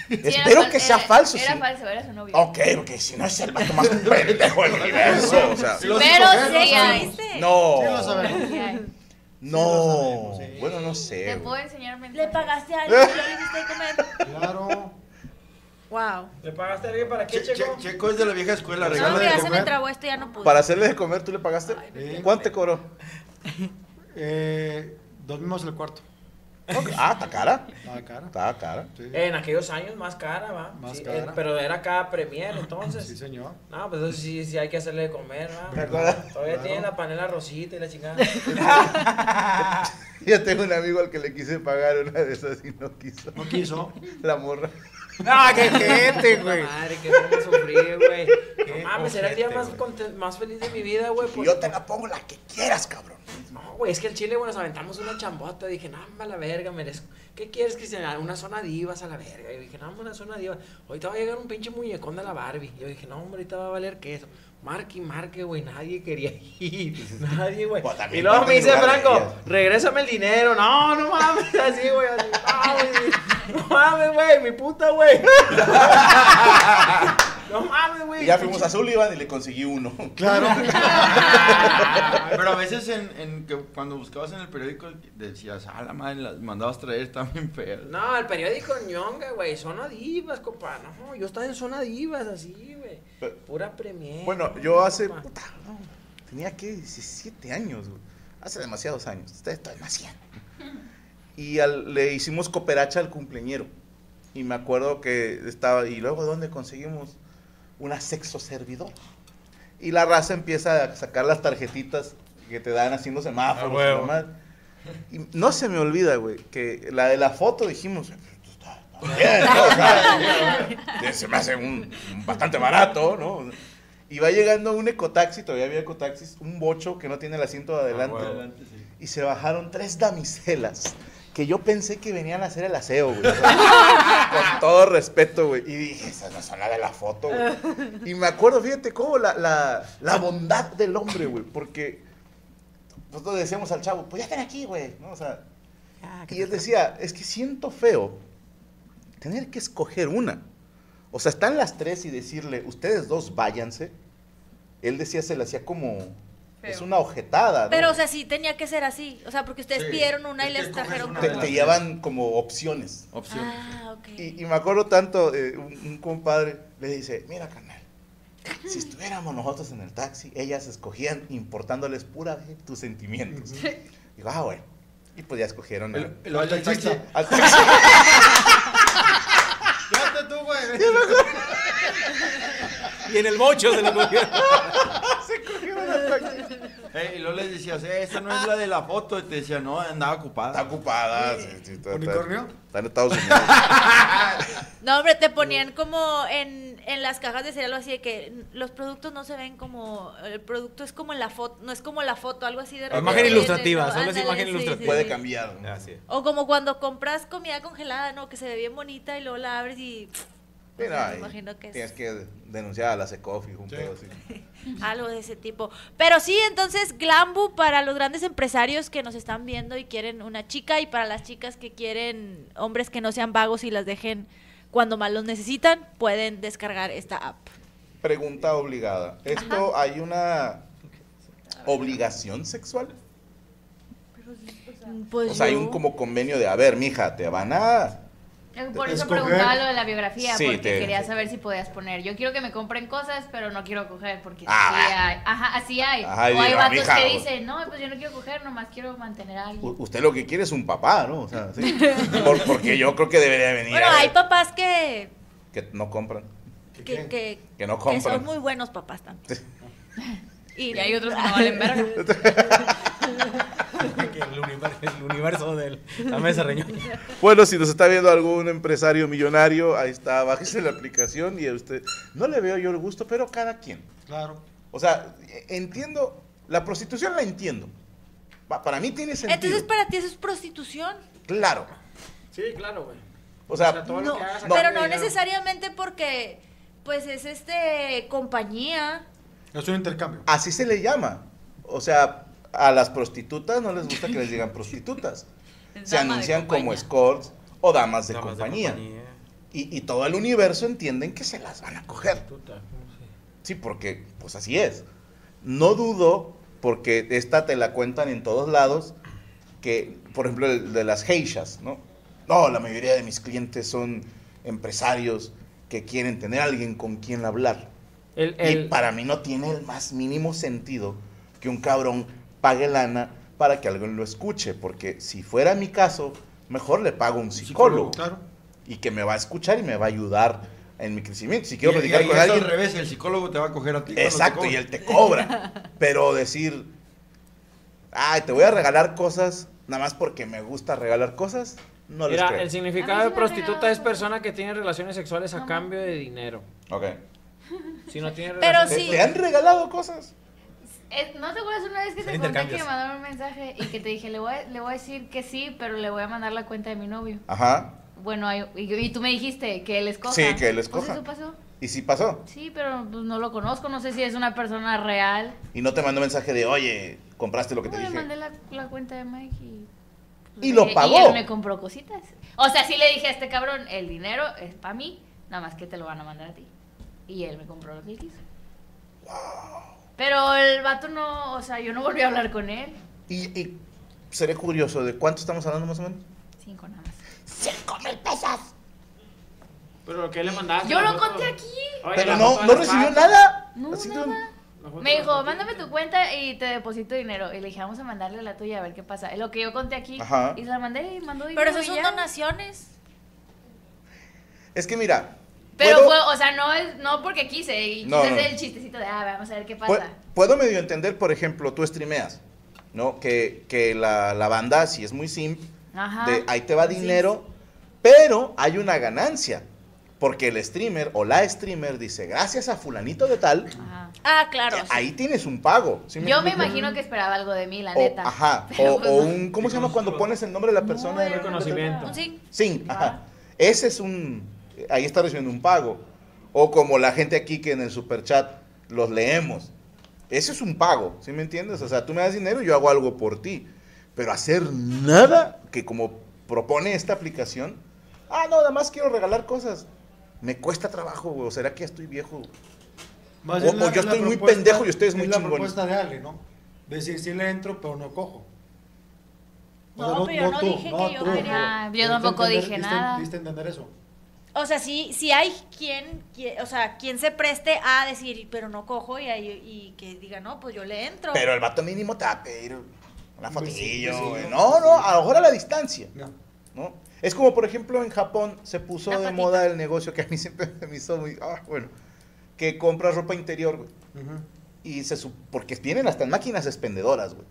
Speaker 11: Sí, era
Speaker 3: Espero
Speaker 11: fal-
Speaker 3: que sea
Speaker 11: era-
Speaker 3: falso.
Speaker 11: Era
Speaker 3: sí. Oh.
Speaker 11: falso, era su novio.
Speaker 3: Ok, porque si no es el vato más pendejo del universo. O sea,
Speaker 11: Pero sí hay.
Speaker 3: no.
Speaker 11: Sí lo sabemos. Sí hay.
Speaker 3: No. Bueno, no sé.
Speaker 11: Te
Speaker 3: güey.
Speaker 11: puedo enseñar
Speaker 7: Le pagaste a
Speaker 3: Eh.
Speaker 7: alguien y luego le hiciste comer.
Speaker 6: Claro.
Speaker 7: Wow.
Speaker 5: ¿Le pagaste a alguien para qué, Checo?
Speaker 4: Checo es de la vieja escuela,
Speaker 7: No,
Speaker 4: regala de
Speaker 7: mira, se me
Speaker 4: comer.
Speaker 7: trabó Oh, esto, ya no pude.
Speaker 3: Para hacerle de comer, ¿tú le pagaste? ¿Cuánto te cobró?
Speaker 6: Eh, dormimos en el cuarto.
Speaker 3: Ah, está cara.
Speaker 6: Está cara.
Speaker 3: Está cara.
Speaker 7: Eh,
Speaker 5: En aquellos años más cara, va.
Speaker 6: Más
Speaker 5: Sí,
Speaker 6: cara.
Speaker 5: eh, pero era cada
Speaker 6: <clears throat>
Speaker 5: premier, entonces. Sí,
Speaker 6: señor.
Speaker 5: No, pues entonces sí, sí hay que hacerle de comer, va.
Speaker 3: ¿Te acuerdas?
Speaker 5: Todavía
Speaker 3: Claro.
Speaker 5: tiene la panela rosita y la chingada.
Speaker 3: Yo tengo un amigo al que le quise pagar una de esas y no quiso. No
Speaker 9: <laughs>
Speaker 6: quiso.
Speaker 3: La morra.
Speaker 9: No, Ah, qué gente, güey.
Speaker 5: Madre, qué bueno sufrir, güey. No mames, será el día
Speaker 3: ojete,
Speaker 5: más, conte- más feliz de mi vida, güey.
Speaker 3: yo te la pongo la que quieras, cabrón.
Speaker 5: No, güey, es que el chile, güey, nos aventamos una chambota. Dije, no, hombre, a la verga, merezco. ¿Qué quieres que sea? Una zona divas a la verga. Y dije, no, hombre, una zona diva. Ahorita va a llegar un pinche muñecón de la Barbie. Yo dije, no, hombre, ahorita va a valer queso. Marque y marque, güey, nadie quería
Speaker 3: <laughs>
Speaker 5: ir. Nadie, güey. y
Speaker 3: Pues, también
Speaker 5: luego
Speaker 3: parte
Speaker 5: me dice
Speaker 3: del lugar de
Speaker 5: Franco,
Speaker 3: ellas.
Speaker 5: regrésame el dinero. No, no mames, <laughs> así, güey. así, No, güey, no mames, güey, mi puta, güey. <laughs> No mames, güey.
Speaker 3: Y ya fuimos a Sullivan y le conseguí uno.
Speaker 4: Pero a veces en, en que cuando buscabas en el periódico decías, ah, la madre, las mandabas traer también feas.
Speaker 5: No, el periódico ñonga, güey. Zona divas, compa. No, yo estaba en zona divas, así, güey. Pura premier.
Speaker 3: <laughs> Bueno, yo hace. puta, no, tenía que 17 años, güey. Hace demasiados años. Está, está demasiado. Y al- le hicimos cooperacha al cumpleañero. Y me acuerdo que estaba. Y luego, ¿dónde conseguimos? Una sexo servidor. Y la raza empieza a sacar las tarjetitas que te dan haciendo semáforos.
Speaker 9: Ah, huevo.
Speaker 3: y nomás. y no se me olvida, güey, que la de la foto dijimos. "Está- está bien, ¿no? O sea, <laughs> se me hace un, bastante barato, ¿no? Y va llegando un ecotaxi, todavía había ecotaxis, un bocho que no tiene el asiento de Ah, adelante.
Speaker 4: Ah,
Speaker 3: Y se bajaron tres damiselas que yo pensé que venían a hacer el aseo, <laughs> güey. o sea, con todo respeto, güey. Y dije, esas no son las de la foto, güey. <laughs> Y me acuerdo, fíjate, cómo la, la, la bondad del hombre, güey. Porque nosotros decíamos al chavo, pues ya están aquí, güey. ¿no? O sea, y él decía, es que siento feo tener que escoger una. O sea, están las tres y decirle, ustedes dos váyanse. Él decía, se le hacía como, es una ojetada. ¿no?
Speaker 7: Pero, o sea, sí tenía que ser así. O sea, porque ustedes
Speaker 3: Sí.
Speaker 7: pidieron una y les trajeron
Speaker 3: te,
Speaker 7: como-
Speaker 3: te llevan como opciones.
Speaker 7: Ah, ok.
Speaker 3: Y, y me acuerdo tanto, eh, un, un compadre le dice, mira, carnal, si estuviéramos nosotros en el taxi, ellas escogían importándoles pura vez tus sentimientos. Digo, ah, bueno. Y pues ya escogieron al,
Speaker 4: el al taxista.
Speaker 3: taxi.
Speaker 9: <laughs>
Speaker 3: Al taxi.
Speaker 6: Quédate tú,
Speaker 3: <laughs>
Speaker 6: güey.
Speaker 9: Y en el bocho se lo cogieron.
Speaker 3: Se cogieron al taxi.
Speaker 4: Eh, y luego les decías, eh, esta no es la de la foto. Y te decían, no, andaba ocupada. Está
Speaker 3: ocupada.
Speaker 4: ¿Unicornio?
Speaker 3: Está en Estados Unidos.
Speaker 7: No, hombre, te ponían como en, en las cajas de cereal o así de que los productos no se ven como. El producto es como en la foto, no es como la foto, algo así de repente,
Speaker 9: Imagen ilustrativa,
Speaker 7: ¿no?
Speaker 9: solo es
Speaker 7: Ándale,
Speaker 9: imagen
Speaker 7: sí,
Speaker 9: ilustrativa.
Speaker 7: sí, sí.
Speaker 3: cambiar.
Speaker 9: Así es.
Speaker 7: O como cuando compras comida congelada, ¿no? Que se ve bien bonita y luego la abres y.
Speaker 3: Pero
Speaker 7: o sea, me
Speaker 3: ahí
Speaker 7: imagino que es
Speaker 3: Tienes que denunciar a la SECOFI, un pedo así.
Speaker 7: algo de ese tipo. Pero sí, entonces, Glambu para los grandes empresarios que nos están viendo y quieren una chica y para las chicas que quieren hombres que no sean vagos y las dejen cuando más los necesitan, pueden descargar esta app.
Speaker 3: Pregunta obligada. ¿Esto hay una obligación sexual?
Speaker 7: Pues
Speaker 3: o sea, hay
Speaker 7: yo-
Speaker 11: Mm, pues
Speaker 3: un como convenio de, a ver, mija, te van a
Speaker 11: Por eso
Speaker 12: Escoger.
Speaker 11: preguntaba lo de la biografía,
Speaker 12: Sí,
Speaker 11: porque
Speaker 12: te-
Speaker 11: quería saber si podías poner. Yo quiero que me compren cosas, pero no quiero coger, porque
Speaker 3: Ah.
Speaker 11: sí hay. Ajá, así hay.
Speaker 3: Ajá, y
Speaker 11: o hay
Speaker 3: digo,
Speaker 11: vatos
Speaker 3: "Mija,
Speaker 11: que
Speaker 3: o-
Speaker 11: dicen, no, pues yo no quiero coger, nomás quiero mantener a alguien.
Speaker 3: U- Usted lo que quiere es un papá, ¿no? O sea,
Speaker 7: <laughs>
Speaker 3: sí. Por- porque yo creo que debería venir.
Speaker 7: Bueno,
Speaker 3: a-
Speaker 7: hay papás que,
Speaker 3: Que no compran.
Speaker 7: que, que,
Speaker 3: Que no
Speaker 7: que
Speaker 3: compran.
Speaker 7: son
Speaker 3: <laughs>
Speaker 7: muy buenos papás también.
Speaker 11: Y hay otros que <laughs> no valen verga.
Speaker 9: Que el universo, el universo del la mesa reñón.
Speaker 3: Bueno, si nos está viendo algún empresario millonario, ahí está, bájese la aplicación y a usted. No le veo yo el gusto, pero cada quien.
Speaker 6: Claro.
Speaker 3: O sea, e- entiendo. La prostitución la entiendo. Pa- Para mí tiene sentido.
Speaker 7: Entonces, pues para ti eso es prostitución.
Speaker 3: Claro.
Speaker 5: Sí, claro, güey.
Speaker 3: O sea,
Speaker 5: todo lo
Speaker 7: No,
Speaker 5: que hagas acá
Speaker 7: pero
Speaker 5: de
Speaker 7: no
Speaker 5: dinero.
Speaker 7: necesariamente porque, pues, es este compañía.
Speaker 6: Es un intercambio.
Speaker 3: Así se le llama. O sea, a las prostitutas no les gusta que les digan
Speaker 7: <laughs>
Speaker 3: prostitutas. se
Speaker 7: dama de
Speaker 3: anuncian como
Speaker 7: compañía.
Speaker 3: escorts o damas de compañía. Y, y todo el universo entienden que se las van a coger. Sí, porque pues así es. No dudo, porque esta te la cuentan en todos lados, que, por ejemplo, el de las geishas, ¿no? No, la mayoría de mis clientes son empresarios que quieren tener a alguien con quien hablar.
Speaker 5: El-
Speaker 3: Y
Speaker 5: el-
Speaker 3: para mí no tiene el más mínimo sentido que un cabrón pague lana para que alguien lo escuche, porque si fuera mi caso, mejor le pago a un psicólogo. Y que me va a escuchar y me va a ayudar en mi crecimiento. Si quiero
Speaker 4: Y- y
Speaker 3: platicar
Speaker 4: ahí
Speaker 3: con
Speaker 4: es al
Speaker 3: alguien,
Speaker 4: revés, el psicólogo te va a coger a ti. cuando te
Speaker 3: Exacto,
Speaker 4: cobra.
Speaker 3: y él te cobra.
Speaker 4: <laughs>
Speaker 3: Pero decir, ay, te voy a regalar cosas nada más porque me gusta regalar cosas, no les
Speaker 5: Mira,
Speaker 3: creo.
Speaker 5: el significado de prostituta es persona que tiene relaciones sexuales a cambio de dinero.
Speaker 3: Ok.
Speaker 5: Si no tiene
Speaker 11: Pero
Speaker 5: relaciones-
Speaker 11: sí. ¿Te- te han
Speaker 3: regalado cosas?
Speaker 11: Eh, ¿No te acuerdas una vez que
Speaker 5: Son
Speaker 11: te conté que
Speaker 5: intercambios.
Speaker 11: me mandaron un mensaje y que te dije, le voy, a, le voy a decir que sí, pero le voy a mandar la cuenta de mi novio?
Speaker 3: Ajá.
Speaker 11: Bueno, hay- y, y tú me dijiste que él escoja.
Speaker 3: Sí, que él escoja.
Speaker 11: Pues eso pasó.
Speaker 3: Y sí pasó.
Speaker 11: Sí, pero pues, no lo conozco, no sé si es una persona real.
Speaker 3: Y no te mandó mensaje de, oye, compraste lo que te
Speaker 11: Pues, le
Speaker 3: dije.
Speaker 11: mandé la, la cuenta de Mike y...
Speaker 3: Y lo
Speaker 11: eh,
Speaker 3: pagó.
Speaker 11: él me compró cositas. O sea, sí le dije a este cabrón, el dinero es para mí, nada más que te lo van a mandar a ti. Y él me compró lo que quiso. Pero el vato no, o sea, yo no volví a hablar con él.
Speaker 3: Y, y seré curioso, ¿de cuánto estamos hablando más o menos?
Speaker 11: Cinco nada más.
Speaker 3: ¡Cinco mil pesos!
Speaker 5: Pero ¿qué le
Speaker 3: Ah,
Speaker 5: mandaste?
Speaker 11: Yo
Speaker 5: La
Speaker 11: lo
Speaker 5: foto-
Speaker 11: conté aquí.
Speaker 5: Oye,
Speaker 3: Pero
Speaker 5: la
Speaker 3: no-
Speaker 5: foto
Speaker 3: no
Speaker 5: del
Speaker 3: recibió
Speaker 5: vato.
Speaker 3: nada.
Speaker 11: No,
Speaker 3: Así que-
Speaker 11: nada.
Speaker 5: foto
Speaker 11: Me dijo, mándame tu cuenta y te deposito dinero. Y le dije, vamos a mandarle la tuya a ver qué pasa. Lo que yo conté aquí.
Speaker 3: Ajá.
Speaker 11: Y se la mandé y mandó dinero.
Speaker 7: Pero esas son
Speaker 11: y ya.
Speaker 7: donaciones.
Speaker 3: Es que mira,
Speaker 11: Pero
Speaker 3: ¿Puedo?
Speaker 11: fue, o sea, no, es, no porque quise. Y quise
Speaker 3: No, no,
Speaker 11: hacer
Speaker 3: no.
Speaker 11: el chistecito de, ah, vamos a ver qué
Speaker 3: Pu-
Speaker 11: pasa.
Speaker 3: puedo medio entender, por ejemplo, tú streameas, ¿no? Que, que la, la banda, si es muy simp,
Speaker 11: Ajá.
Speaker 3: de ahí te va dinero, pero hay una ganancia. Porque el streamer o la streamer dice, gracias a fulanito de tal,
Speaker 11: Ah, claro.
Speaker 3: eh, ahí tienes un pago. ¿sí
Speaker 11: Yo me
Speaker 3: explico?
Speaker 11: imagino que esperaba algo de mí, la
Speaker 3: O-
Speaker 11: neta.
Speaker 3: ajá, o,
Speaker 11: <laughs> Pero pues
Speaker 3: o
Speaker 11: no.
Speaker 3: un, ¿cómo se llama cuando pones el nombre de la persona? en el
Speaker 5: reconocimiento.
Speaker 7: Un zinc.
Speaker 3: Sí, ajá. Ese es un, ahí está recibiendo un pago. O como la gente aquí que en el superchat los leemos. Ese es un pago, ¿sí me entiendes? O sea, tú me das dinero y yo hago algo por ti. Pero hacer nada que como propone esta aplicación, ah, no, nada más quiero regalar cosas. Me cuesta trabajo, güey. ¿O será que ya estoy viejo?
Speaker 6: Más
Speaker 3: O-
Speaker 6: bien
Speaker 3: o yo estoy muy pendejo y
Speaker 6: es
Speaker 3: ustedes muy
Speaker 6: la
Speaker 3: chingones.
Speaker 6: propuesta de Ale, ¿no? Decir, sí le entro, pero no cojo.
Speaker 7: No, pero yo no dije que yo quería. Ah, yo
Speaker 6: Diste
Speaker 7: tampoco
Speaker 6: entender-
Speaker 7: dije
Speaker 6: diste-
Speaker 7: nada.
Speaker 6: Diste entender eso.
Speaker 7: O sea, sí, sí hay quien, quie- o sea, quien se preste a decir, pero no cojo y, ahí- y que diga, no, pues yo le entro.
Speaker 3: Pero el vato mínimo te va a pedir una
Speaker 6: Pues sí,
Speaker 3: fotillo,
Speaker 6: pues sí,
Speaker 3: güey.
Speaker 6: ¿no?
Speaker 3: No, no, a lo mejor a la distancia.
Speaker 6: No.
Speaker 3: Es como, por ejemplo, en Japón se puso de moda el negocio que a mí <laughs> siempre me hizo muy. Ah, bueno. Que compras ropa interior, güey. Y se su- Porque tienen hasta máquinas expendedoras, güey.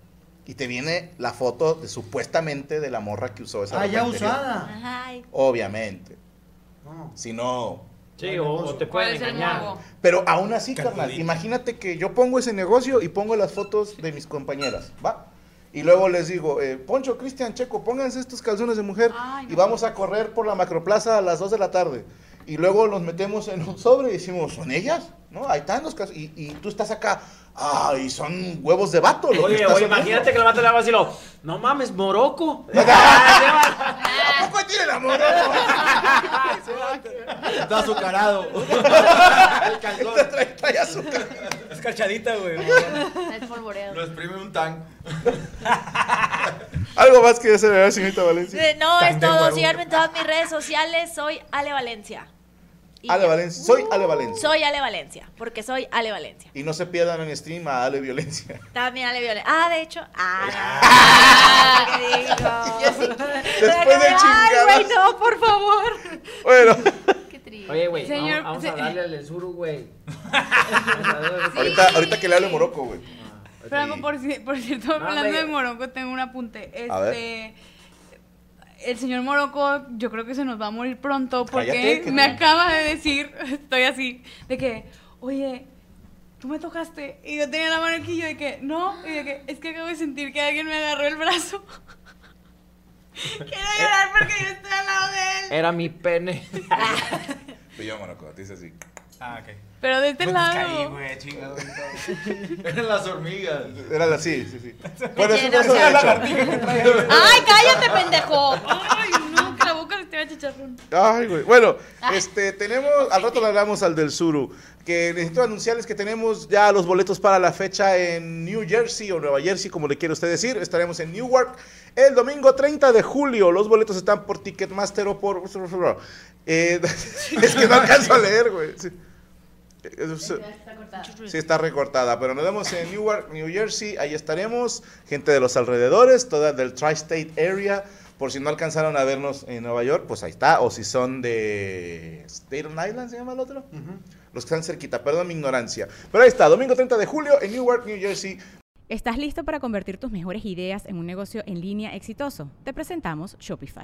Speaker 3: Y te viene la foto de, supuestamente de la morra que usó esa
Speaker 6: Ah,
Speaker 3: ropa
Speaker 6: ya
Speaker 3: interior.
Speaker 6: usada.
Speaker 7: Ay.
Speaker 3: Obviamente.
Speaker 6: No.
Speaker 3: Si no.
Speaker 5: Sí, o, o
Speaker 11: Pues
Speaker 5: te pueden engañar. <laughs>
Speaker 3: Pero aún así, carnal, imagínate que yo pongo ese negocio y pongo las fotos de mis compañeras, ¿va? Y luego les digo, eh, Poncho, Cristian, Checo, pónganse estos calzones de mujer y vamos a correr por la macroplaza a las 2 de la tarde. Y luego los metemos en un sobre y decimos, ¿son ellas? ¿No? Ahí están los calzones. Y, y tú estás acá, ¡ay, son huevos de vato! lo que
Speaker 5: Oye,
Speaker 3: estás
Speaker 5: oye,
Speaker 3: oliendo".
Speaker 5: imagínate que el vato le va a decir, no mames, Morocco. <laughs>
Speaker 7: Ah.
Speaker 3: ¿Tampoco tiene la <laughs>
Speaker 9: Está azucarado.
Speaker 7: <laughs>
Speaker 3: Está, está ya azúcar.
Speaker 9: escarchadita,
Speaker 11: <laughs>
Speaker 9: güey.
Speaker 11: Es polvoreado.
Speaker 4: Lo exprime un tank.
Speaker 3: Algo más que decir, ¿verdad, señorita Valencia.
Speaker 7: Eh, No, es
Speaker 3: Tan de
Speaker 7: todo.
Speaker 3: huevo.
Speaker 7: Síganme en todas mis redes sociales. Soy Ale Valencia. Y
Speaker 3: Ale
Speaker 7: ya.
Speaker 3: Valencia. Soy Ale Valencia.
Speaker 7: Soy Ale Valencia. Porque soy Ale Valencia.
Speaker 3: Y no se pierdan en stream a Ale Violencia.
Speaker 7: También Ale Violencia. Ah, de hecho. Ah, no. ¿qué digo?
Speaker 3: Después del
Speaker 7: Ay, güey,
Speaker 3: chingadazo.
Speaker 7: no, por favor.
Speaker 3: Bueno.
Speaker 5: Oye, güey,
Speaker 7: Señor-
Speaker 5: vamos, vamos
Speaker 7: se-
Speaker 5: a darle al del sur,
Speaker 7: <laughs>
Speaker 5: güey.
Speaker 3: Ahorita, ahorita que le hable Morocco, güey.
Speaker 8: Franco, por, ci- por cierto, hablando
Speaker 5: hombre.
Speaker 8: de Morocco, tengo un apunte.
Speaker 3: A ver.
Speaker 8: Este, el señor Morocco, yo creo que se nos va a morir pronto porque
Speaker 12: Cállate, que
Speaker 8: me
Speaker 12: no.
Speaker 8: acaba de decir, <laughs> estoy así, de que, oye, tú me tocaste. Y yo tenía la mano aquí y yo de que, no, y de que, es que acabo de sentir que alguien me agarró el brazo. <laughs> Quiero llorar porque yo estoy al lado de él.
Speaker 5: Era mi pene.
Speaker 9: Te llamo Morocco, te dice así. Ah, ok.
Speaker 8: Pero de este
Speaker 9: Pues caí,
Speaker 8: lado.
Speaker 9: güey, chingado.
Speaker 4: <laughs> Eran las hormigas.
Speaker 3: Era la, sí, sí, sí.
Speaker 4: Bueno,
Speaker 3: eso
Speaker 4: eso
Speaker 3: fue eso de hecho.
Speaker 8: ¡Ay, cállate, pendejo! ¡Ay, no! Que la boca se te va a chicharrón.
Speaker 3: Ay, güey. Bueno, este, tenemos, al rato le hablamos al del Suru, que necesito anunciarles que tenemos ya los boletos para la fecha en New Jersey o Nueva Jersey, como le quiera usted decir. Estaremos en Newark el domingo 30 de julio. Los boletos están por Ticketmaster o por... <laughs> Eh, es que no alcanzo a leer, güey. Sí. <laughs> Es- Sí, está recortada, pero nos vemos en Newark, New Jersey, ahí estaremos, gente de los alrededores, toda del Tri-State Area, por si no alcanzaron a vernos en Nueva York, pues ahí está, o si son de Staten Island, ¿se llama el otro? Los que están cerquita, perdón mi ignorancia, pero ahí está, domingo 30 de julio en Newark, New Jersey.
Speaker 2: ¿Estás listo para convertir tus mejores ideas en un negocio en línea exitoso? Te presentamos Shopify.